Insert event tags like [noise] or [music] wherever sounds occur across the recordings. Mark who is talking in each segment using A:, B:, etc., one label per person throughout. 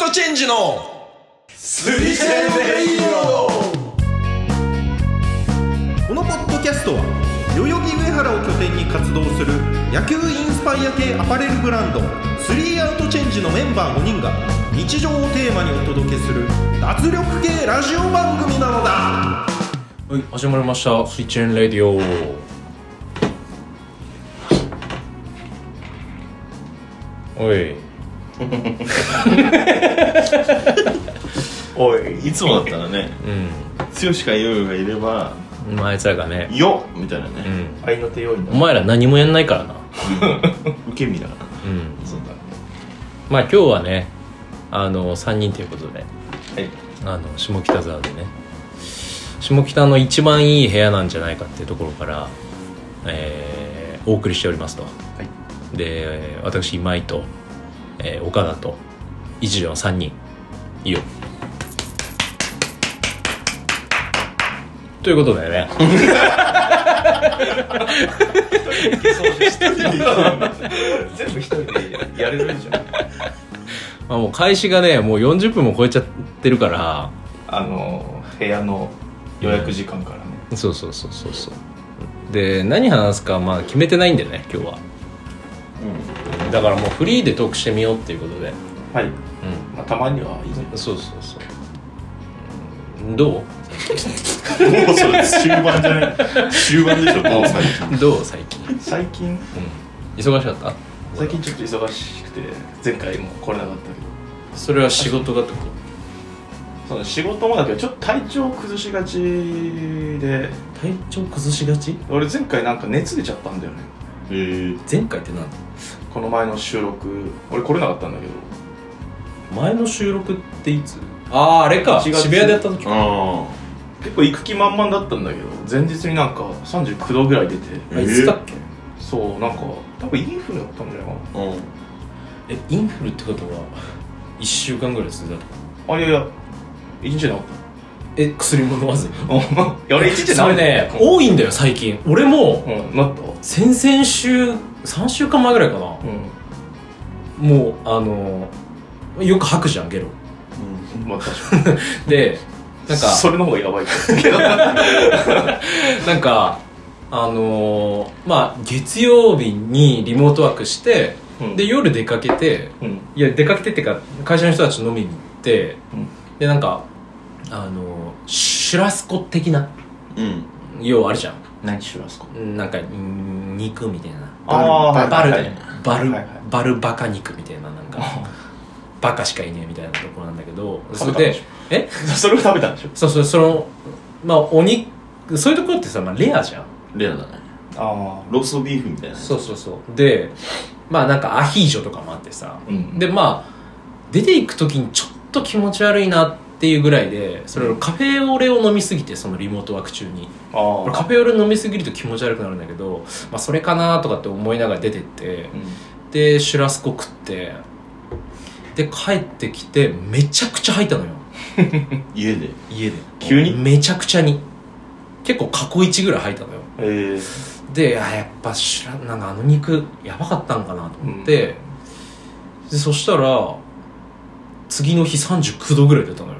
A: トチェンジのスリセ
B: このポッドキャストは代々木上原を拠点に活動する野球インスパイア系アパレルブランドスリーアウトチェンジのメンバー5人が日常をテーマにお届けする脱力系ラジオ番組なのだ
C: はい、始まりました。スイッチエンレディオ。おい、
D: おいいつもだったらね
C: う
D: 剛かヨヨがいれば
C: ん、まああいつら
D: 「
C: がね、
D: よ」みたいな
C: う
D: ね、
C: ん、
D: 愛の手用意だ
B: [laughs]
D: [laughs]
C: お前ら何もやんないからな。
D: 受け身だから
C: うん、
D: そうだね
C: まあ今日はね、あの三人ということで、
D: はい
C: あの下北沢でね、下北の一番いい部屋なんじゃないかっていうところから、えーお送りしておりますと。で、私今井と、えー岡田と一条の三人いいよ。ということで [laughs] ね。
D: 全部一人でやれるじゃん
C: まあ、もう開始がねもう40分も超えちゃってるから
D: あの部屋の予約時間からね
C: そうそうそうそうそうで何話すかまあ決めてないんだよね今日は
D: う
C: だからもうフリーでトークしてみようっていうことで
D: んはい、
C: う
D: まあ、たまにはいいね
C: んそうそうそううんど
D: もうそれ終盤じゃない終盤でしょもう最近
C: うどう最近、うん、
D: 最近
C: 忙しかった
D: 最近ちょっと忙しくて前回も来れなかったけど
C: それは仕事がってこ
D: その仕事もだけどちょっと体調崩しがちで
C: と体調崩しがち
D: 俺前回なんか熱出ちゃったんだよね
C: 前回って何
D: この前の収録俺来れなかったんだけど
C: 前の収録っていつあああれか
D: 1
C: 渋
D: 月
C: 谷でやった時
A: あ
D: 結構行く気満々だったんだけど前日になんか39度ぐらい出て
C: あいつだっけ
D: そうなんか多分インフルだったんじゃないか
A: あうん
C: えインフルってことは1週間ぐらい続いたと
D: なあいやいや一日じゃなかっ
C: え薬も飲まずに
D: た [laughs] いや俺一日じゃ
C: そ
D: な
C: れ
D: かった
C: ね多いんだよ最近俺も
D: うんなったう
C: 先々週3週間前ぐらいかなもうあのよく吐くじゃんゲロ
D: んまあ確かに
C: でなんか
D: [laughs] それの方がやばいけ
C: [laughs]
D: ど
C: なんかあのまあ月曜日にリモートワークして、
D: うん
C: で夜出かけて
D: うん
C: いや出かけてってか会社の人たちと飲みに行って、
D: うん
C: でなんかあのシュラスコ的な
A: うん
C: 要あるじゃん
D: 何しますか
C: うんなんかうん肉みたいな
D: あー
C: バル
D: はいは
C: だよ
D: い
C: バル、
D: はいはい
C: バルバカ肉みたいななんかバカしかいねえみたいなところなんだけどそれ
D: 食べたんでしょ
C: でえ
D: [laughs] それを食べたんでしょ
C: そうそうそのまあお肉そういうところってさ、まあ、レアじゃん
A: レアだね
D: あ
A: ローストビーフみたいな
C: そうそうそうでまあなんかアヒージョとかもあってさ、
D: うん
C: でまあ出ていく時にちょっと気持ち悪いなっていうぐらいでそれをカフェオレを飲みすぎてそのリモートワーク中に
D: ああ
C: 俺カ
D: あ
C: フェオレ飲みすぎると気持ち悪くなるんだけど、まあ、それかなとかって思いながら出てってでシュラスコ食ってで帰ってきてめちゃくちゃ吐いたのよ
A: 家 [laughs] で
C: 家で
D: 急に
C: めちゃくちゃに結構過去一ぐらい吐いたのよ
D: ええ
C: であやっぱシュラなんかあの肉やばかったんかなと思って、でそしたら次の日39度ぐらい出たのよ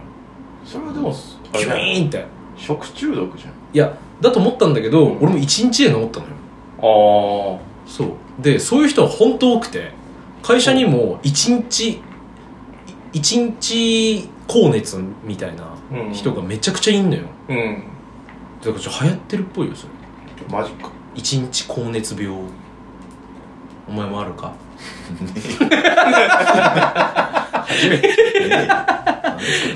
D: それはでもあ
C: キ
D: れ
C: ュイーンって
D: 食中毒じゃん
C: いやだと思ったんだけど、
D: うん
C: 俺も1日で治ったのよ
D: ああ
C: そうでそういう人は本当多くて会社にも一日一日高熱みたいな
D: うん
C: 人がめちゃくちゃいんのよ
D: うん
C: だからちょっと流行ってるっぽいよそれ
D: マジか
C: 一日高熱病お前もあるか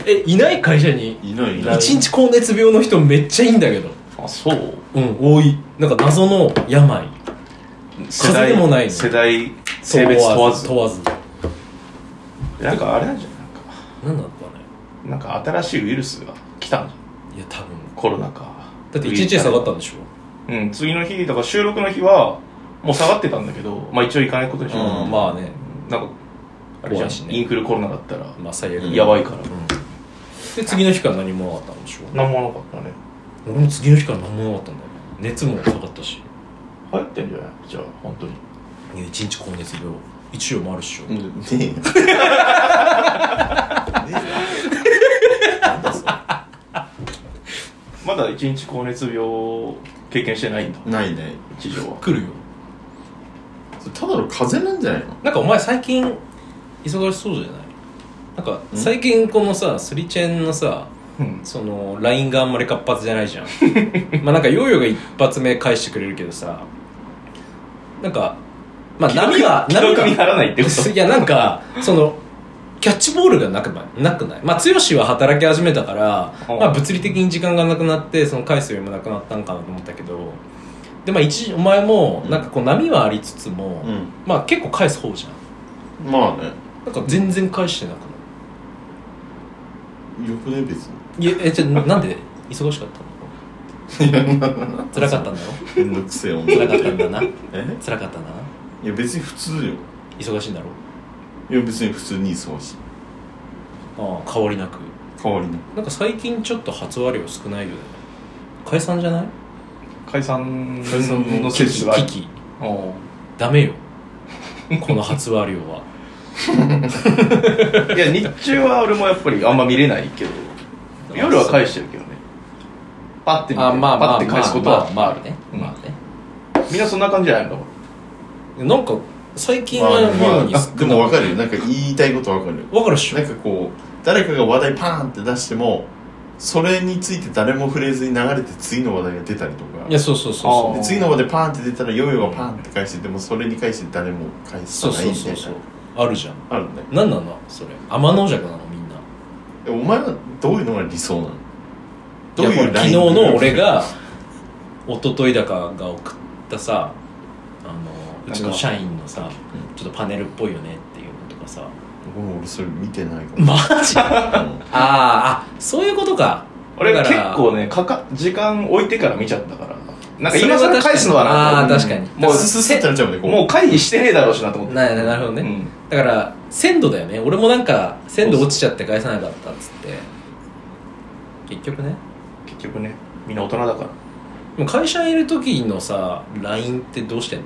C: えいない会社に
A: いないい
D: な
A: ないい
C: 一日高熱病の人めっちゃいいんだけど
D: あそう
C: うん多いなんか謎の病
D: 世
C: 風
D: 代
C: でもないの
D: 世代性別問わず
C: 問わず
D: なんかあれなんじゃ
C: 何なのかね
D: んなんかなんか新しいウイルスが来たんじゃ
C: いや多分
D: んコロナか
C: だって一日で下がったん
D: で
C: でしょ
D: うん次の日だから収録の日はもう下がってたんだけどまあ一応行かないことでしょ、
A: うん
C: まあね
D: なんかあれじゃ
C: 怖
D: ん
C: いしね
D: インフルコロナだったら
C: まあ最悪、
A: うん
D: やばいから、
C: で次の日から何もなかったんでしょ
D: なんもなかったね
C: 俺も次の日から何もなかったんだよね熱も下がったし
D: 流行ってんじゃないじゃあ本当に
C: いや一日高熱病一応もあるっしょ、
A: うんね
D: 一日高熱病経験してないんだ
A: ないね
D: 一条は
C: 来るよ
A: それただの風邪なんじゃないの
C: なんかお前最近忙しそうじゃないなんか最近このさスリチェンのさ
D: [laughs] うん
C: その LINE があんまり活発じゃないじゃん [laughs] まあなんかヨーヨーが一発目返してくれるけどさなんかまあ波が
D: 既読
C: 波
D: に
C: が
D: ならないってこと
C: いやなんかそのキャッチボールがなくないなくないまあ剛は働き始めたから、
D: うん
C: まあ、物理的に時間がなくなってその回数よりもなくなったんかなと思ったけどでまあ一時お前もなんかこう波はありつつも、
A: うん
C: まあ結構返す方じゃ
A: まあね
C: んなんか全然返してなくな
A: よくね別に
C: いいやえじゃあなんで忙しかったの辛かったんだろ
A: めんどくせえ [laughs] 女
C: 辛かったんだな
A: え
C: 辛かったんだない
A: や別に普通よ
C: 忙しいんだろ
A: いや別に普通に忙しい
C: ああ変わりなく
A: 変わりない
C: なんか最近ちょっと発話量少ないよね解散じゃない
D: 解散
A: 解散の
D: の
A: 接
D: 接種
A: 種が
D: が
C: 危機ダメよこの発話量は
D: いや日中は俺もやっぱりあんま見れないけど夜は返してるけどねパッて見て
C: あまあま
D: パッ
C: あ
D: て返すことは
C: まあまあね
D: うん
C: まあね
D: みんなそんな感じじゃないの
C: なんか最近
A: ま
C: は
A: あ
C: 妙
A: ま
C: に
A: あ
C: 少
A: あで
C: ない
A: もわかるよなんか言いたいことわかるよ
C: わかるっしょ
A: なんかこう誰かが話題パーンって出してもそれについて誰も触れずに流れて次の話題が出たりとか
C: いやそうそうそう
A: で次の話題パーンって出たらヨーヨーがパーンって返してでもそれに返して誰も返さ
C: そうそう
A: ない
C: そう
A: みた
C: そ
A: いうな
C: そうあるじゃん
A: あるね
C: なんなのそれ天の弱なのみんな
A: えお前はどういうのが理想なのどう
C: いや
A: いう
C: これ昨日の俺が一昨日だかが送ったさあのうちの社員のさちょっとパネルっぽいよねっていうのとかさ
A: ごめん俺それ見てないから
C: マジあ
A: うん
C: あーあそういうことか
D: 俺
C: だ
D: 結
C: から
D: 構ねかか時間置いてから見ちゃったからなんか
C: それ
D: 今更
C: は確かに
D: 返すのはな
C: あー
D: と思
C: 確かに
D: うん
A: も
D: も
A: うススッってなっちゃうんでこ
D: うもう会議してねえだろうしなと思って
C: ななるほどね、
D: うん
C: だから鮮度だよね俺もなんか鮮度落ちちゃって返さなかったっつって結局ね
D: 結局ねみんな大人だから
C: でも会社いる時のさ LINE ってどうしてんの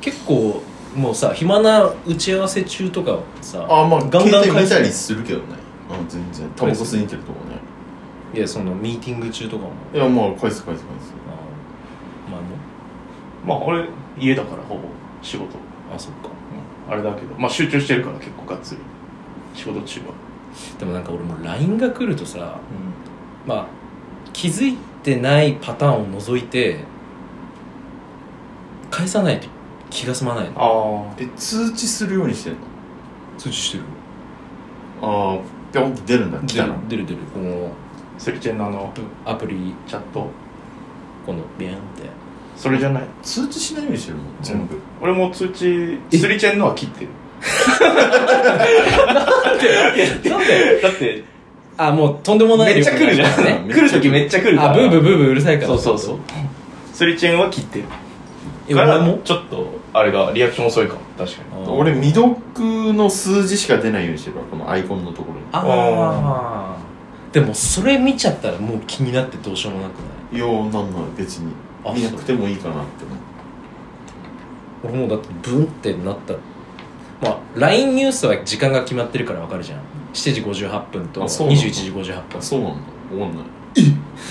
C: 結構もうさ暇な打ち合わせ中とかはさ
A: あまあ
C: ガンガン
A: 携帯
C: 返
A: 見
C: す
A: たりするけどねうん全然タバコ吸いに行ってるとこね
C: いやそのミーティング中とかも
A: いやまあ返す返す返す
C: あまあね
D: まあ俺家だからほぼ仕事
C: あそっか
D: あれだけどまあ集中してるから結構がっつり仕事中は
C: でもなんか俺も LINE が来るとさまあ気づいてないパターンを除いて返さないと気が済まないの
D: あ
A: え通知するようにしてんの
C: 通知してる
A: ああピョンって出るんだ来
C: 出
A: た
C: る
A: の
C: 出る出るこの
D: あセリチェンのあの
C: アプリ
D: チャット
C: このビャンって
D: それじゃない
A: 通知しないようにしてるの全部
D: 俺も通知
C: え
D: スリチェンのは切ってる
C: [laughs] なんで
D: だって
C: [laughs] あもうとんでもない
D: めっちゃ来るじゃん、
C: ね
D: 来るときめっちゃ来るから
C: あブーブーブーブーうるさいから
D: そうそうそうスリチェンは切ってる
C: え
D: か
C: 俺
D: ら
C: も
D: ちょっとあれがリアクション遅いかも確かに
C: あー
A: 俺未読の数字しか出ないようにしてるわこのアイコンのところに
C: ああでもそれ見ちゃったらもう気になってどうしようもなくない
A: いやなんない別に
C: あ
A: 見なくてもいいかなって思う
C: 俺もうだってブンってなったまあ LINE ニュースは時間が決まってるからわかるじゃん7時58分と
A: あそうなの
C: 21時58分
A: そうなんだ分かんない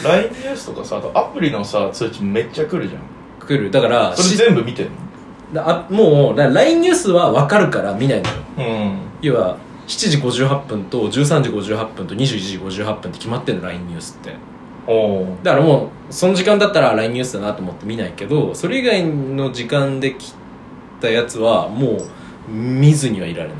D: LINE ニュースとかさあとアプリのさ通知めっちゃ来るじゃん
C: 来るだから
D: そ
C: し
D: れ全部見てん
C: あもうだから LINE ニュースはわかるから見ないのよ
D: の
C: 要は7時58分と13時58分と21時58分って決まってんの LINE ニュースって
D: うんおー
C: だからもうその時間だったら LINE ニュースだなと思って見ないけどそれ以外の時間で切ったやつはもう見ずにはいられない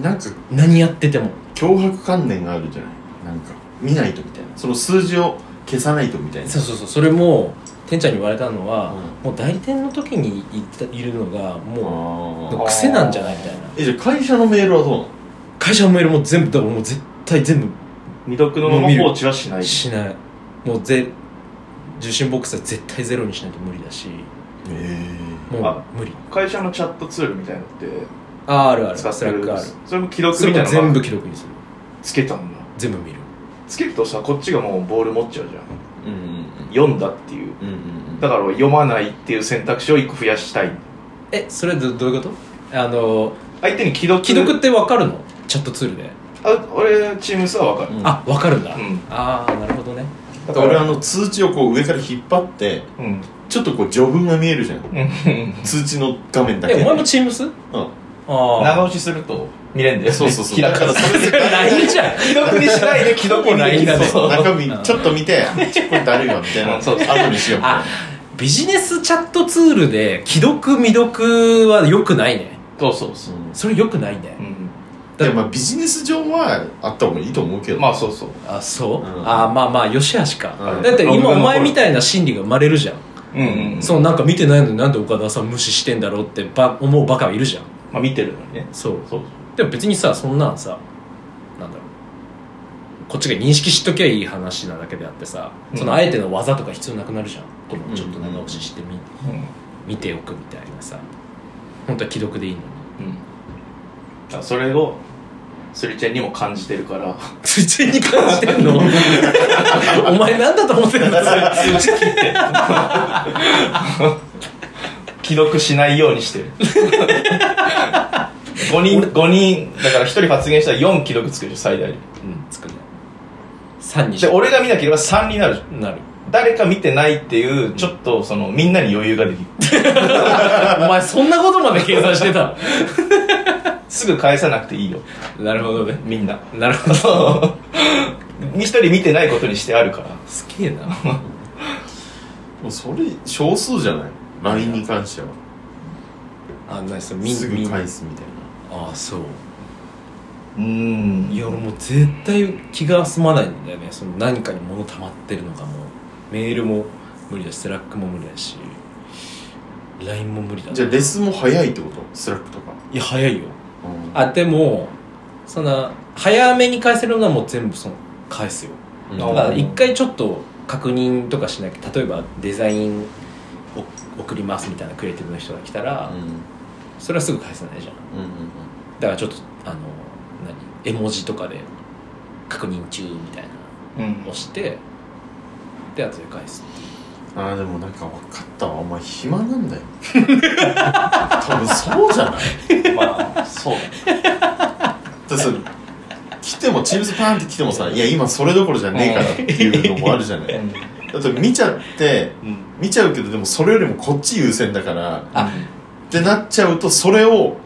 A: なんか
C: 何やってても
A: 脅迫観念があるじゃないなんか見ないとみたいなその数字を消さないとみたいな
C: そうそうそうそれも店長に言われたのは、
A: う
C: もう代理店の時にいたいるのがもう
A: ああ
C: の癖なんじゃないみたいな
A: えじゃあ会社のメールはどうなの
C: 会社のメールも全部だからもう絶対全部
D: 未読のまま放置はしない
C: しないもうぜ受信ボックスは絶対ゼロにしないと無理だし
A: え
C: も
D: あ
C: う無理
D: 会社のチャットツールみたいなのって
C: ああるあるス
D: 使
C: ラ
D: ってる
C: ックある
D: それも既読
C: そ
D: みた
C: れ
D: いな
C: も全
D: の
C: 部
D: が
C: 記録にする
D: つけたんだ
C: 全部見る
D: つけるとさこっちがもうボール持っちゃうじゃん
A: うんうん
D: 読んだっていう
A: うんうんうん
D: だから俺読まないっていう選択肢を一個増やしたい
C: えそれどどういうことあの
D: 相手に既読
C: 既読って分かるのチャットツールで、
D: あ俺チームスは分かる
A: うん
C: あ分かるんだ、
D: うん
C: ああなるほどね
A: だから俺あの通知をこう上から引っ張って
D: うん
A: ちょっとこう序文が見えるじゃん
D: うん
A: 通知の画面だけ
C: え
A: で
C: お前も Teams?
A: うん
C: あ
D: [laughs] 長
C: あ
D: 押しすると見れんだよね
A: そうそうそう
D: 開か
A: だ
D: ず
C: [laughs]
A: からそれで
C: LINE じゃん
D: 既読にしないで既読にできる
C: ほぼ LINE だ
D: そ
C: ね
D: うそう
A: 中身ちょっと見てちょっとこれだるいわみたいな [laughs]
D: うんそうそう
A: 後にしようみたいな
C: あビジネスチャットツールで既読未読は良くないね
D: そうそうそう
C: それ良くないね
D: うん
A: でもまあビジネス上はあった方がいいと思うけど
D: まあそうそう
C: あそう、
A: うん
C: あまあまあよしあしか、
A: うん
C: だって今お前みたいな心理が生まれるじゃん、
D: うんうん
C: そうなんか見てないのになんで岡田さん無視してんだろうってば思うバカはいるじゃん
D: まあ見てるのにね
C: そう
D: そう
C: でも別にさそんなんさなんだろうこっちが認識しときゃいい話なだけであってさ、
D: うん
C: そのあえての技とか必要なくなるじゃんこのちょっと長押ししてみ、
D: そううん
C: 見ておくみたいなさ本当は既読でいいのに [laughs]
D: うん、それをスリちゃんにも感じてるから
C: 普通に感じてんの [laughs] お前なんだと
A: [laughs]
C: 思ってるんだ
D: 通知切って既読しないようにして [laughs] る5人五人だから1人発言したら4既読つくでしょ最大で
C: うんつくね3にし
D: で俺が見なければ3になるじゃん
C: なる
D: 誰か見てないっていうちょっとそのみんなに余裕ができる
C: お前そんなことまで計算してた
D: すぐ返さなくていいよ
A: [laughs]
C: なるほどね
D: みんな
C: なるほど
D: 1人見てないことにしてあるから
C: すげえな
A: もうそれ少数じゃない LINE に関しては
C: あなにそれみん
A: す
C: み
A: ぐ
C: んあ
A: 返すみたいな
C: あそう
D: うーん
C: いや俺もう絶対気が済まないんだよねその何かに物溜まってるのかもメールも無理だしスラックも無理だし LINE も無理だ
A: じゃあ
C: い
A: レスも早いってことスラックとか
C: や早いよ
A: うん
C: あでもそんな早めに返せるのはもう全部その返すよ
A: うん
C: だから一回ちょっと確認とかしなきゃ例えばデザインを送りますみたいなクリエイティブの人が来たら、
A: うん
C: それはすぐ返さないじゃん
A: うんうん
C: だからちょっとあの何絵文字とかで確認中みたいな
D: うん
C: 押してで後で返す
A: うんああでもなんか分かったわお前暇なん
C: [laughs]
A: だよ多分そうじゃない
D: まあそうだね
A: だってそれ来てもチームズパーンって来てもさ「いや今それどころじゃねえから」っていうのもある
C: [laughs]
A: じゃないだって見ちゃって
C: うん
A: 見ちゃうけどでもそれよりもこっち優先だから
C: あ
A: ってなっちゃうとそれを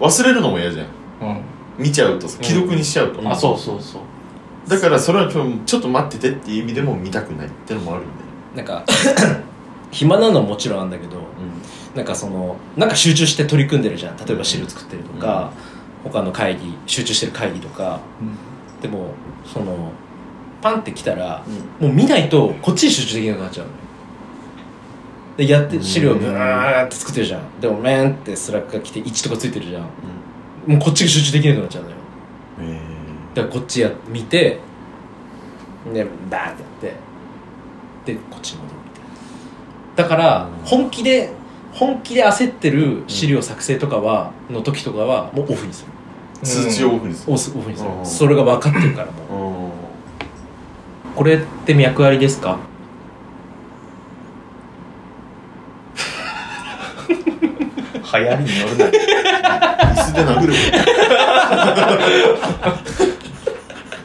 A: 忘れるのも嫌じゃん
D: うん
A: 見ちゃうとさ既読にしちゃうと、
D: あそうそうそう
A: だからそれは今日ちょっと待っててっていう意味でも見たくないってのもあるんで、
C: なんか [coughs] 暇なのはもちろんなんだけどなんかそのなんか集中して取り組んでるじゃん例えば資料作ってるとか、他の会議集中してる会議とかでもそのパンって来たら、もう見ないとこっちに集中できなくなっちゃうのよでやって資料ブーって作ってるじゃんでもメンってスラックが来て1とかついてるじゃんもうこっちが集中できなくなっちゃうのよ
A: うんえ
C: だからこっちや見てでバーンってやってでこっちに戻るみたいなだから
A: うん
C: 本気で本気で焦ってる資料作成とかは、の時とかはもうオフにする
A: ー通知をオフにする
C: オスオフにする、
A: うん
C: それが分かってるからもう
A: うん
C: これって脈ありですか
D: 流行りに乗るな
A: 椅子で殴る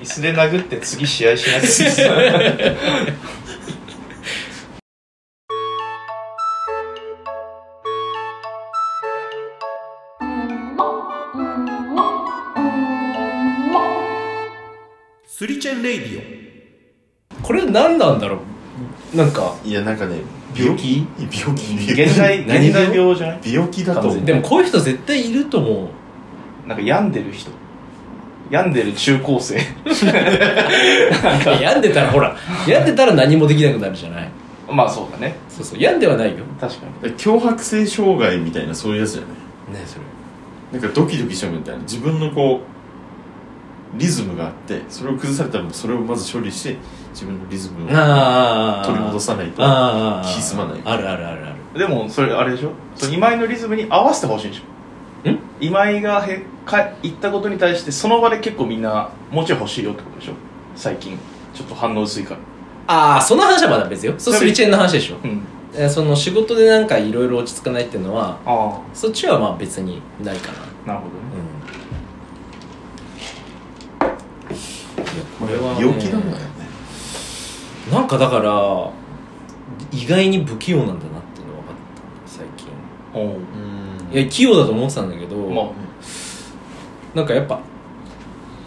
D: 椅子で殴って次試合しなきゃいけない
B: スリチェンレイディ
C: これ何なんだろうなんか
A: いやなんかね
D: 病気
A: 病気
D: 現代
C: 何
D: 現代病じゃない
A: 病気だと思う
C: でもこういう人絶対いると思う
D: なんか病んでる人病んでる中高生
C: 病んでたらほら病んでたら何もできなくなるじゃない
D: まあそうだね
C: そうそう病んではないよね
D: 確かに
A: 強迫性障害みたいなそういうやつじゃない
C: それ
A: なんかドキドキしちゃうみたいな自分のこうリズムがあってそれを崩されたらそれをまず処理して自分のリズムを
C: ああ
A: 取り戻さないと
C: ああ
A: 気済まない
C: あるあるあるある
D: でもそれあれでしょその今井のリズムに合わせてほしいんでしょ
C: ん
D: 今井がへか言ったことに対してその場で結構みんなもうちょい欲しいよってことでしょ最近ちょっと反応薄いから
C: ああその話はまだ別よそ
D: そ
C: う
D: れ
C: スリチェーンの話でしょ
D: うん
C: えーその仕事でなんかいろいろ落ち着かないっていうのは
D: あ
C: そっちはまあ別にないかな
D: あなるほどね
C: うんいや
A: 病気なんだよね
C: なんかだから意外に不器用なんだなっていうのが分かった最近
D: おう
C: いや器用だと思ってたんだけど、
D: まあ
C: なんかやっぱ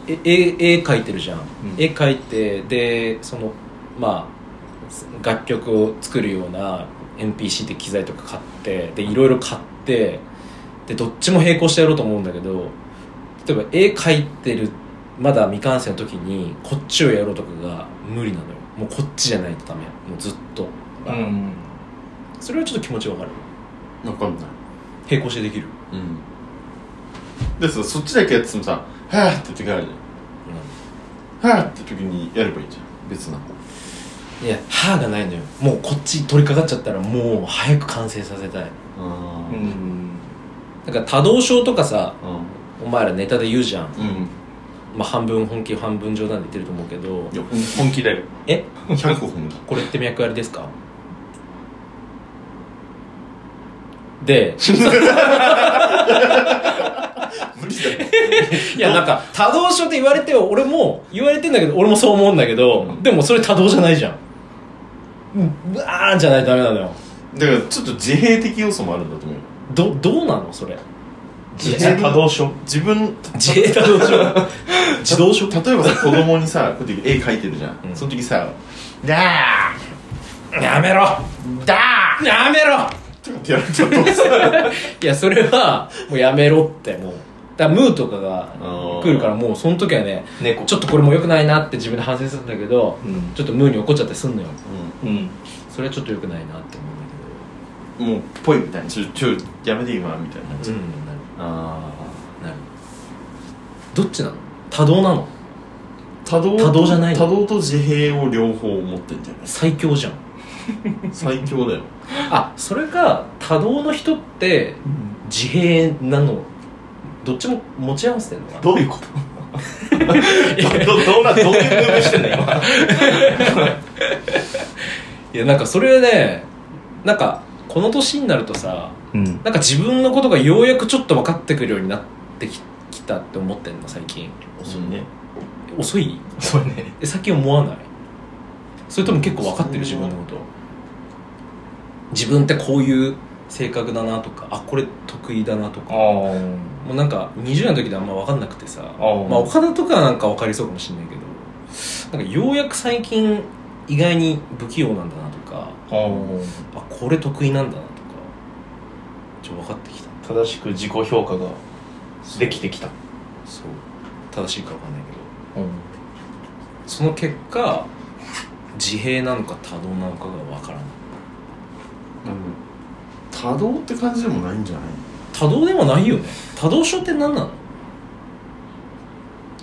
C: え絵絵描いてるじゃん、
D: ん
C: 絵描いてでそのまあ楽曲を作るような NPC で機材とか買ってでいろいろ買ってでどっちも並行してやろうと思うんだけど例えば絵描いてるまだ未完成の時にこっちをやろうとかが無理なのよもうこっちじゃないとダメもうずっと、
D: うん
C: それはちょっと気持ちわかる
A: 分かんない
C: 並行してできる、
A: うんでさそっちだけやっててもさ「はぁ」って時あるじゃん「はぁ」って時にやればいいじゃん別な方
C: いや歯がないのよもうこっち取り掛かっちゃったらもう早く完成させたい
A: あ
D: う
A: ー
D: ん
C: だから多動症とかさ
A: うん
C: お前らネタで言うじゃん、
A: うん
C: まあ、半分本気半分冗談で言ってると思うけど
A: いや
D: 本気だよ
C: え
A: 100本だ
C: これって脈ありですかで
A: 無理だよ
C: いやなんか多動症って言われてよ俺も言われてんだけど俺もそう思うんだけど、
A: うん
C: でもそれ多動じゃないじゃんうんうわーじゃないとダメなのよ
A: だからちょっと自閉的要素もあるんだと思うよ
C: どどうなのそれ
A: 自
D: いや多動症
A: 自分
C: 自衛多動症自動症
A: 例えばさ子供にさこうやって絵描いてるじゃん、
C: うん
A: その時さ「だ
C: やめろ
A: ーだー!
C: やめろ」
A: とかってやるとどうする
C: いやそれはもうやめろってもうだからムーとかが
A: あー
C: 来るからもうその時はね
D: 猫
C: ちょっとこれもう良くないなって自分で反省するんだけど、
D: うん
C: ちょっとムーに怒っちゃってすんのよ
D: うん
C: それはちょっと良くないなって思うんだ
A: うんもうぽいみたいなちょちょやめて今みたいな感
C: け
A: じ、
C: どうんなる
A: あ
C: なるどっちなの多動なの
A: あ多動
C: 多動じゃない
A: 多動と自閉を両方持ってんじゃない
C: 最強じゃん [laughs]
A: 最強だよ
C: あそれが多動の人って自閉なのどっちも持ち合わせてんのかな
D: どういうことどどどうなどういうムーブしてんの今
C: いやなんかそれはねなんかこの年になるとさ
D: うん
C: なんか自分のことがようやくちょっと分かってくるようになってききたって思ってんの最近
A: 遅いね
C: 遅い
D: そうね
C: え最近思わないそれとも結構分かってる自分のこと自分ってこういう性格だなとかあこれ得意だなと
D: あー
C: かもうなんか20代の時であんま分かんなくてさ
D: あー
C: まあ岡田とかなんか分かりそうかもしれないけどなんかようやく最近意外に不器用なんだなとか
D: あー
C: あこれ得意なんだなとかちょっと分かってきた
D: 正しく自己評価ができてきた
C: そう正しいか分かんないけど
D: うん
C: その結果自閉なのか多動なのかが分からない
A: 多動って感じでもないんじゃない
C: 多動ではないよね多動症って何なの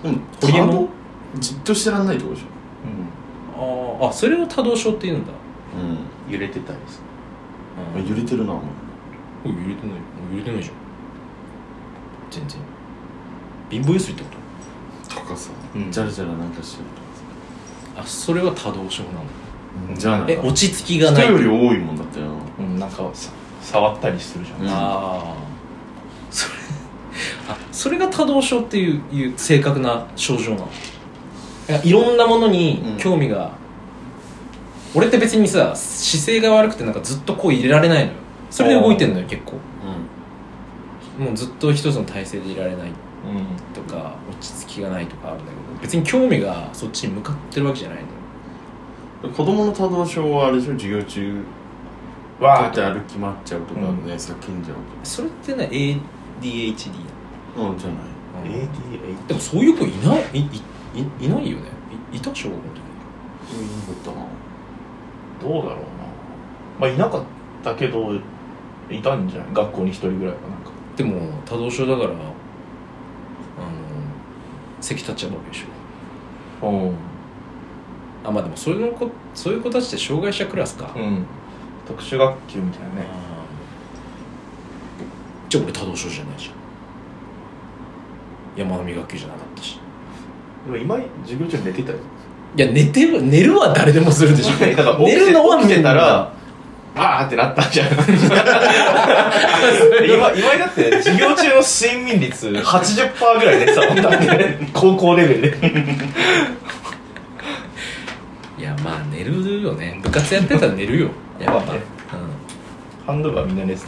A: でも
C: ホリエ
A: 多
C: モン
A: 動じっとしてらんないってことでしょ
C: あーあそれを多動症って言うんだ
A: うん
D: 揺れてたりす
A: あ揺れてるなお前
C: おい揺れてない揺れてないじゃん全然貧乏ゆすりってこ
A: 高さ、
D: うん
A: じゃらじゃらなんかしてる
C: とあそれは多動症なの
A: とかじゃあ
C: え落ち着きがな
A: 人
C: い
A: より多いもんだったよ
D: るうんなんかさ触ったりするじゃん、
A: うん
C: ああそれあそれが多動症っていういう正確な症状なのいやいろんなものに
A: うん
C: 興味が、俺って別にさ姿勢が悪くてなんかずっとこう入れられないのよそれで動いてんのよ結構もうずっと一つの体勢でいられない
D: うん
C: とか落ち着きがないとかあるんだけど別に興味がそっちに向かってるわけじゃないのよ
A: うん子供の多動症はあれでしょ授業中こうや
D: わ
A: っ
D: あ
A: て歩き回っちゃうとかね、叫んじゃう
C: それってね ADHD だ、
A: とかうんじゃない
C: うん
D: ADA
C: でもそういう子いないいいいいないよねいいた小学校の時
A: そういうことな
D: どうだろうなまあいなかったけどいたんじゃない学校に一人ぐらいかなんか
C: でも多動症だからあの席立っちゃうわけでしょ
D: うん
C: あまあでもそれの子そういう子たちって障害者クラスか、あ
D: うん特殊学級みたいな
C: ー
D: ね
C: じゃあ俺多動症じゃないじゃん山の学級じゃなかったし
D: でも今授業中寝てたよ
C: いや寝てる寝るは誰でもするでし
D: [laughs] だから
C: ょ寝るのは
D: 起きてた
C: ら
D: らあーってなったんじゃん今今だって授業中の睡眠率80%ぐらいでさ高校レベルで
C: いやまあ寝るよね部活やってたら寝るよやっぱ、
D: まあね
C: う
D: ハンドルはみんな寝てた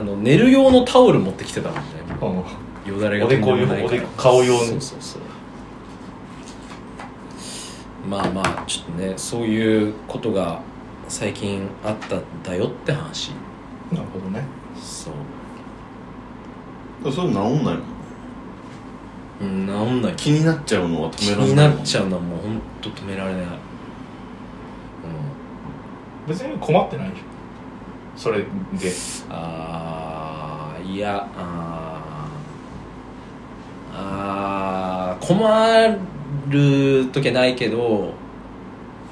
C: ん、あの寝る用のタオル持ってきてたもんね
D: もんうん
C: よだれがとんもない
D: おでこ用おでこ顔用の
C: そうそうそうまあまあちょっとねそういうことが最近あったんだよって話
D: なるほどね
C: そう
A: それ治んないの
C: うん治んない
A: 気になっちゃうのは
C: 気
A: 止められ
C: に
A: ない
C: なっちゃうのはもうほんと止められない、うん、
D: 別に困ってないでしょそれで
C: あーいやあーあー困る時はないけど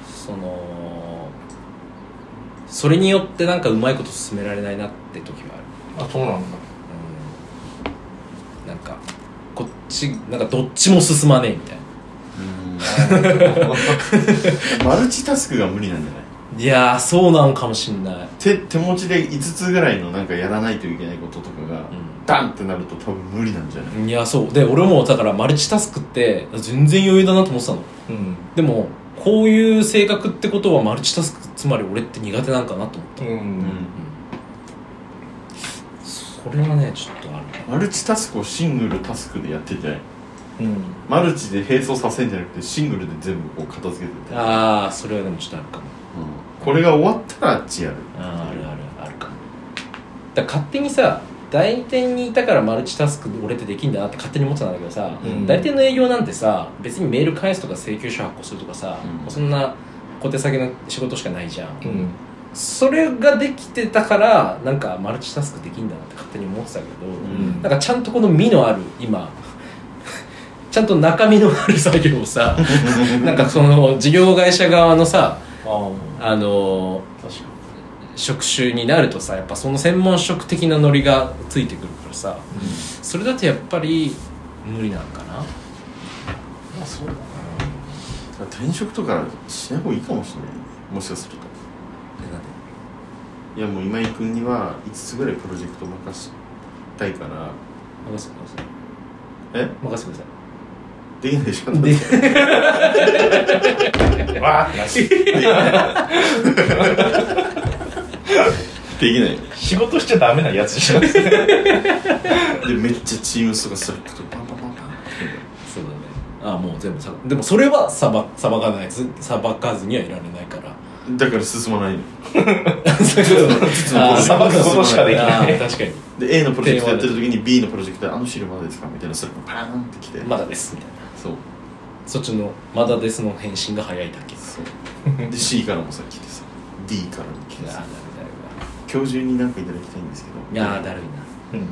C: そのそれによってなんかうまいこと進められないなって時はある
D: あそうなんだ
C: うんなんかこっちなんかどっちも進まねえみたいな
A: うんマルチタスクが無理なんじゃない
C: いやーそうなんかもしんない、
A: 手手持ちで5つぐらいのなんかやらないといけないこととかが、
C: う
A: ダンってなると多分無理なんじゃない
C: ん、いやそうで俺もだからマルチタスクって全然余裕だなと思ってたの
D: うん
C: でもこういう性格ってことはマルチタスクつまり俺って苦手なんかなと思った、
D: う
A: うんん
C: これはねちょっとあるね
A: マルチタスクをシングルタスクでやってんじゃない
D: うん
A: マルチで並走させんじゃなくてシングルで全部こう片付けてて、うん、
C: ああそれはでもちょっとあるかも
A: これが終わったらあっちやる [laughs]
C: あーあるあるあるかもだから勝手にさ代理店にいたからマルチタスク俺ってできんだなって勝手に思ってたんだけどさ、
D: うん
C: 代理店の営業なんてさ別にメール返すとか請求書発行するとかさ、
A: うん
C: もうそんな小手先の仕事しかないじゃん、
D: うん
C: それができてたからなんかマルチタスクできんだなって勝手に思ってたけど、
A: ん
C: なんかちゃんとこの身のある今 [laughs] ちゃんと中身のある作業をさ
D: [laughs]
C: なんかその事業会社側のさ
D: あ
C: あの
D: あ確か
C: 職種になるとさやっぱその専門職的なノリがついてくるからさそれだとやっぱり無理なんかな
D: にまあそうだな
A: 転職とかしない方がいいかもしれないねもしかするといやもう今井君には5つぐらいプロジェクト任したいから
C: 任せてください
A: え
C: 任せてください
A: できないでし
C: [laughs]
A: ょ
C: で
D: わーってなって
A: できないよ
D: 仕事しちゃダメなやつじゃん
A: でめっちゃチームスとかスラックとパンパンパンパン
C: そうだねああもう全部さでもそれはさばさばかないずさばかずにはいられないから
A: だから進まないの
C: そういうことね
A: あー
D: 裁くことしかできない
C: あー確かに
A: で A のプロジェクトやってる時に B のプロジェクトであの資料まだですかみたいなスラックがパーンってきて、
C: まだですみたいな
A: そう
C: そっちの「まだです」の返信が早いだけ
A: そう [laughs] で C からもさ来てさ D からも来て
C: あ
A: さ
C: あ
A: 今日中になんかいただきたいんですけど
C: いやーだるいな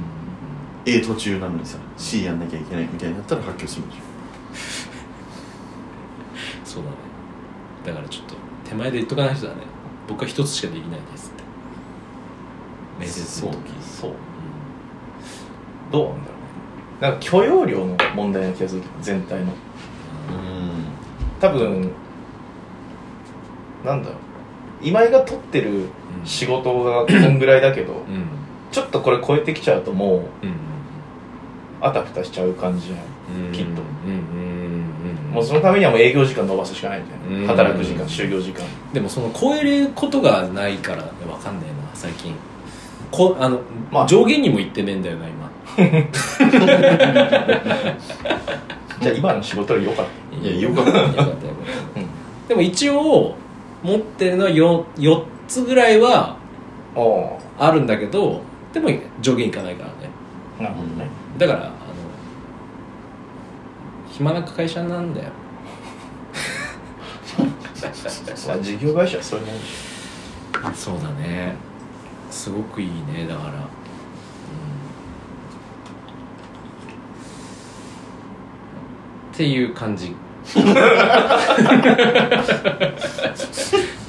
A: A 途中なのにさ C やんなきゃいけないみたいになったら発狂するでし
C: そうだねだからちょっと手前で言っとかない人だね僕は一つしかできないですって面接の時
D: そうどうなんだろうなんか許容量の問題な気がする全体の
A: ょうん
D: 多分なんだろう今井が取ってる仕事がこんぐらいだけど、
C: うんうん
D: ちょっとこれ超えてきちゃうともう
C: うん
D: あたふたしちゃう感じじゃない、
C: うん
D: きっと
C: うんうんうん
D: もうそのためにはもう営業時間伸ばすしかないみたいな、
C: うん
D: 働く時間就業時間
C: でもその超えることがないからねわかんねえな最近こあの、
D: まあ
C: 上限にも行ってねえんだよな今
D: じゃあ今の仕事より良かっ
A: いやよかった
C: よかったよかった、
D: うん
C: でも一応持ってるのは 4, 4つぐらいは
D: たお
C: あるんだけどでも上限いかないからね
D: おなるほどね、
C: だからあの暇な会社なん
A: [laughs]
C: だよ
D: まあ事業会社はそういうもんでし
C: そうだねすごくいいねだから、うん、っていう感じっ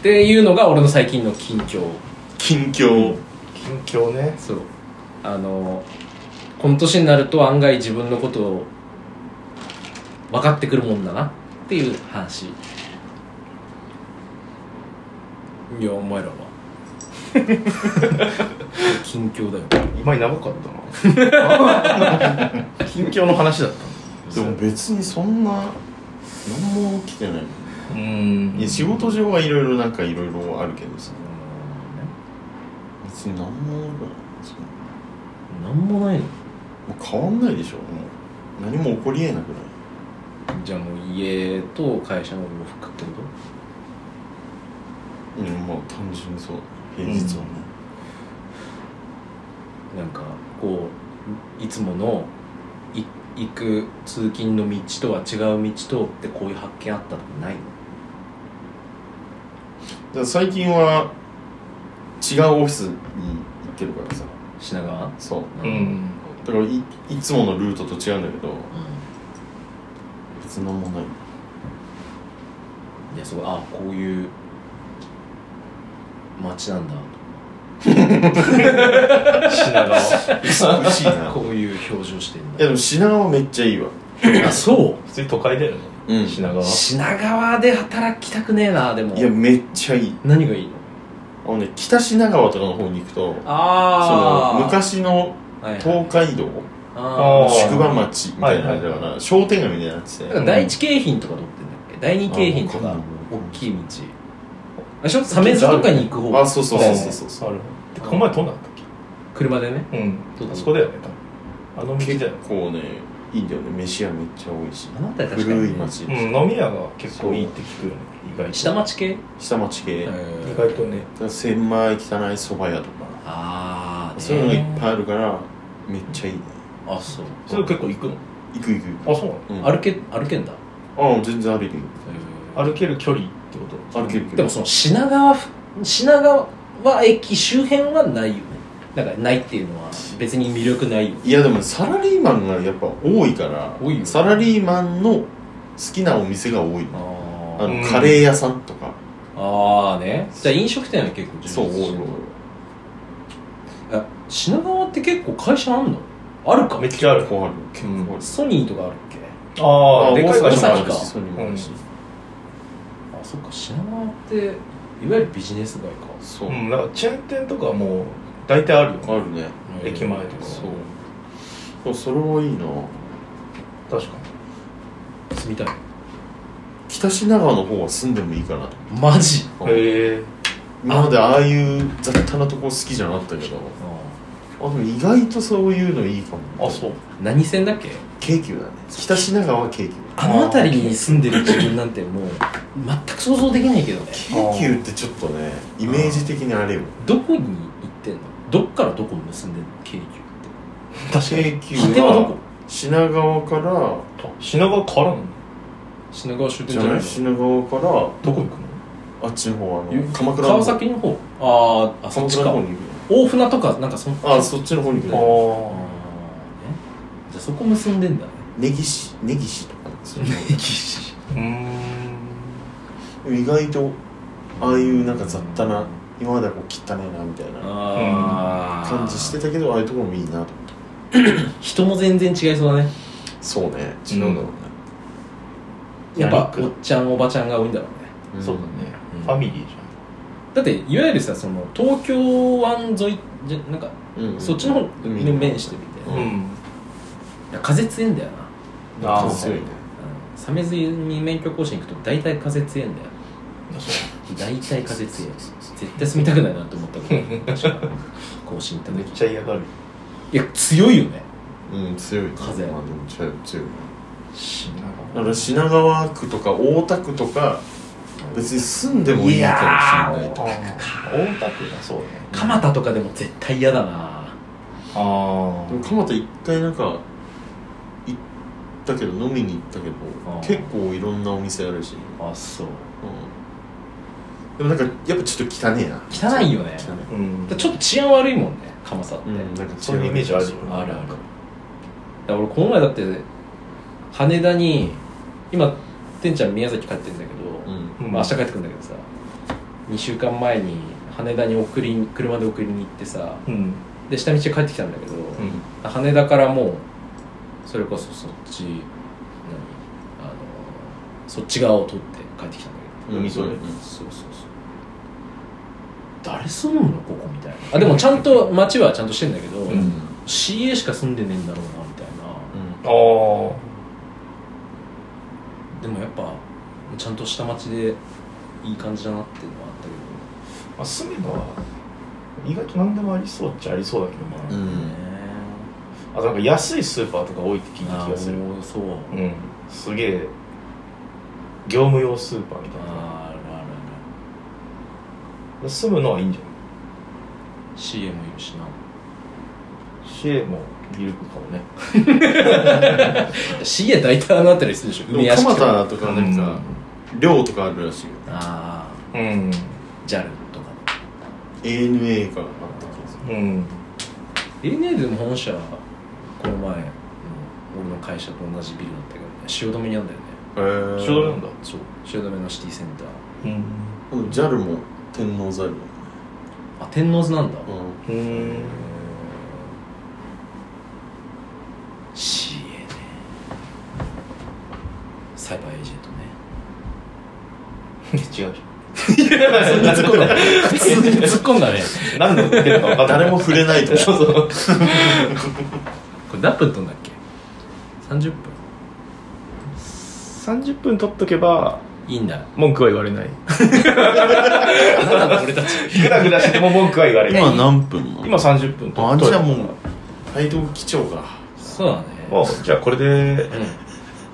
C: ていうのが俺の最近の近況
A: 近況
D: ょ近況ね
C: そうあのこの年になると案外自分のことを分かってくるもんだなっていう話いやお前 [laughs] らは近況だよ
D: 今いなか [laughs] ったな近況の話だった
A: でも別にそんな何も起きてない
D: うん
A: いや仕事上はいろいろなんかいろいろあるけどさ別に何もその
C: なんもないの
A: もう変わんないでしょもう何も起こりえなくない
C: じゃあもう家と会社の往復ってこと
A: うんまあ単純にそう平日はね、
C: なんかこういつものい行く通勤の道とは違う道とってこういう発見あったとかないの
A: だから最近は違うオフィスに行ってるからさ
C: 品川
A: そう
D: うん、うん
A: だからいいつものルートと違うんだけど別に何もない
C: [laughs] いやそうあこういう街なんだ
D: 品川
A: 美しいな
C: こういう表情してん
A: いや
C: だ
A: でも品川めっちゃいいわ
C: あそ
D: 普通に都会だよね
A: うん
D: 品
C: [laughs] う
D: 川
C: 品川で働きたくねえなでも
A: いやめっちゃいい
C: 何がいいの
A: あのね北品川とかの方に行くとそ
C: あ
A: の
C: あ
A: 昔の
C: はいはい、
A: 東海道
C: あ
D: あー
A: 宿場町みたいな感じだから、商店街みたいになってて
C: ーなんか第一京浜とか撮ってんだっけ第二京浜と
A: あ
C: か
A: わかん
C: 大
A: ない
C: きい道あれしょ鮫洲とかに行く
A: あ
C: 方
A: そうそうそうそうそうそう
D: あるてかこの前飛んだったっ
C: 車でね
D: けうん
C: そうだ
D: あそこだよね多分あの道
A: 結
D: だよ
A: 構ねいいんだよね飯屋めっちゃ多いし
C: あの辺り確かに
A: 古い町
D: うん飲み屋が結構いいって聞くよね意外と
C: 下町系
A: 下町系、だか
D: 意外とね
A: ら千枚汚い蕎麦屋とか
C: ああ
A: そういうのがいっぱいあるからめっちゃいいね
C: あそう
D: それ結構行くの
A: 行く行く行く
D: あそうなの
A: うん
C: 歩け歩けんだ
A: あうん全然歩いてる
D: 歩ける距離ってこと
A: 歩けるけど
C: でもその品川ふ品川駅周辺はないよねだからないっていうのは別に魅力ないよね
A: いやでもサラリーマンがやっぱ多いから
C: 多いよ
A: サラリーマンの好きなお店が多いの
C: あ
A: あ
C: ー
A: のカレー屋さんとか
C: あーねじゃあ飲食店は結構充実
A: そう多い
C: してる
A: の
C: あ品川って結構会社あんのあるか
D: めっちゃある
A: こうある結構ある
C: ソニーとかあるっけ
D: あ
A: あ
D: あで
A: 大
D: かい場
A: 阪に
D: 所も
A: も
D: あ
A: あ
D: る
A: る
C: うん
A: しソニーもあるし
C: あそっか品川っていわゆるビジネス街か
A: そううん
D: なんかチェーン店とかはもう大体あるよね
A: あるね
D: 駅前とか
A: そうあそれはいいな
D: 確か
C: 住みたい
A: 北品川の方は住んでもいいかなと
C: マジ
A: うん
D: にへえ
A: 今までああいう雑多なとこ好きじゃなかったけどあでも意外とそういうのいいかも
D: あそう
C: 何線だっけ
A: 京急だね北品川京急
C: あの辺りに住んでる自分なんてもう全く想像できないけどね
A: 京急ってちょっとねイメージ的にあれよ
C: どこに行ってんのどっからどこを結んでんの京急っ
D: 確かに
A: 京
C: て
A: 急
C: 果てはどこ
A: は品川から
D: あ品川からなの
C: 品川終
A: じゃない品川から
D: どこ行くの
A: あっちの方あ
C: ゆ
A: の鎌倉の
C: 川
A: 方
C: 崎の方あーあそ
A: 鎌
C: っち
A: 倉の
C: か
A: 方に行
C: 大船とかなんかそん
A: くあそっちの方に行くね
C: あーね
D: あ
C: じゃあそこ結んでんだね
A: 根岸根岸とかなんですよね
D: あうーん
A: 意外とああいうなんか雑多な今まではこう汚いなみたいな
C: ああ
A: 感じしてたけどああいうところもいいなと思って
C: 人も全然違いそうだね
A: そうね違うんだろうね、
C: やっぱ
D: 何
C: おっちゃんおばちゃんが多いんだろうね
A: ん
D: そうだね
C: うん
D: ファミリーじ
C: だっていわゆるさその東京湾沿いじゃなんか
A: うんうん
C: そっちの方に面してるみたいな
D: ゃんうん
C: いや風強いんだよな
D: あ
A: 風強いね
C: うん鮫洲に免許更新行くと大体風強いんだよ大体風強い絶対住みたくないなと思ったけど確か更新行った
D: めっ
C: 時
D: ちゃ嫌がる
C: いや強いよね
A: うん強い
C: 風
A: まあでも強い強いね
D: 品
A: だから品川区とか大田区とか別に住んでもいいかもしれないと
D: 川大田区だそうね
C: 蒲田とかでも絶対嫌だな
D: あ
A: でも蒲田一回なんか行ったけど飲みに行ったけど
C: あー
A: 結構いろんなお店あるし、う
C: あそう
A: うん、でもなんかやっぱちょっと汚ねえな
C: 汚いよね
A: 汚
D: あうん
C: ちょっと治安悪いもんね蒲田って、
A: いうんなんか
D: そういうイメージあるよ
C: あるあるだから俺この前だって羽田に今てんちゃん宮崎帰ってんだけ
A: う
C: ど、
A: ん
D: うん
C: まあ、明日帰ってくるんだけどさ2週間前に羽田に送りに車で送りに行ってさ
D: うん
C: で下道で帰ってきたんだけど、
D: うん
C: 羽田からもうそれこそそっち何あのそっち側を取って帰ってきたんだけど、
A: うんそうだよね
C: そうそうそう誰住むのここみたいなあでもちゃんと街はちゃんとしてんだけど、
A: うん
C: CA しか住んでねえんだろうなみたいな
A: うん
D: ああ
C: でもやっぱちゃんと下町でいい感じだなっていうのはあったけど
D: まあ、住めば意外と何でもありそうっちゃありそうだけどまあ、
A: うん
D: あとなんか安いスーパーとか多いって聞いた
C: あ
D: 気がする
C: ーそう
D: うんすげえ業務用スーパーみたいな
C: あーあるあるあ
D: 住むのはいいんじゃ
C: る CM いるしな
D: ないシェーもミルクかもね
C: CM 大体ああなったりするでしょ
A: でも
C: 梅屋敷
A: 蒲
C: とか
A: 田とかなんか寮とかあるらしいよ
C: ああ
D: うん、
C: JAL とか
A: ANA からあった気がする
D: うん、
C: ANA でも本社この前の俺の会社と同じビルだったけどね汐留にあんだよね
A: へー
D: 塩だれなんだ
C: そう汐留のシティセンター
D: うん
A: うん JAL も天王座あるもんね
C: あ天王洲なんだ、
A: うん
D: うん
C: シ CA ねサイバーエージェントね
D: 違うじゃん
C: 普通に突っ込んだね
D: 何の言ってるか分かんない
A: 誰も触れないと
D: そうそう
C: これ何分飛んだっけ30分
D: 30分取っとけば
C: いいんだ
D: 文句は言われない
C: あなたの俺たち
D: グダグダしても文句は言われない
A: 今何分なの
D: 今30分
A: あ
D: 取
A: じ
D: っ
A: ゃあ
D: と
A: もう配当基調か
C: そうだね
D: もうじゃあこれで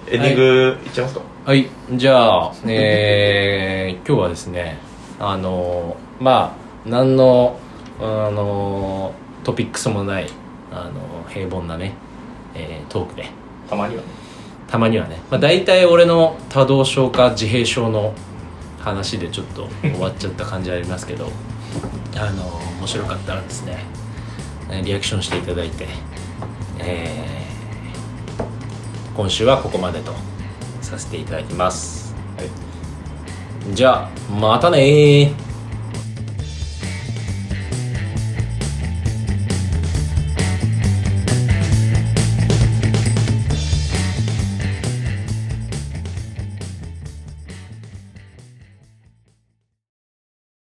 D: エンディングいっちゃいますか
C: はいじゃあえー、今日はですねあのーまあ何のあのートピックスもないあの平凡なね、えートークで
D: たまにはね
C: たまにはね、まあ、大体俺の多動症か自閉症の話でちょっと終わっちゃった感じありますけどあの面白かったらですねえーリアクションしていただいて、えー今週はここまでとさせていただきます、はい、じゃあまたねー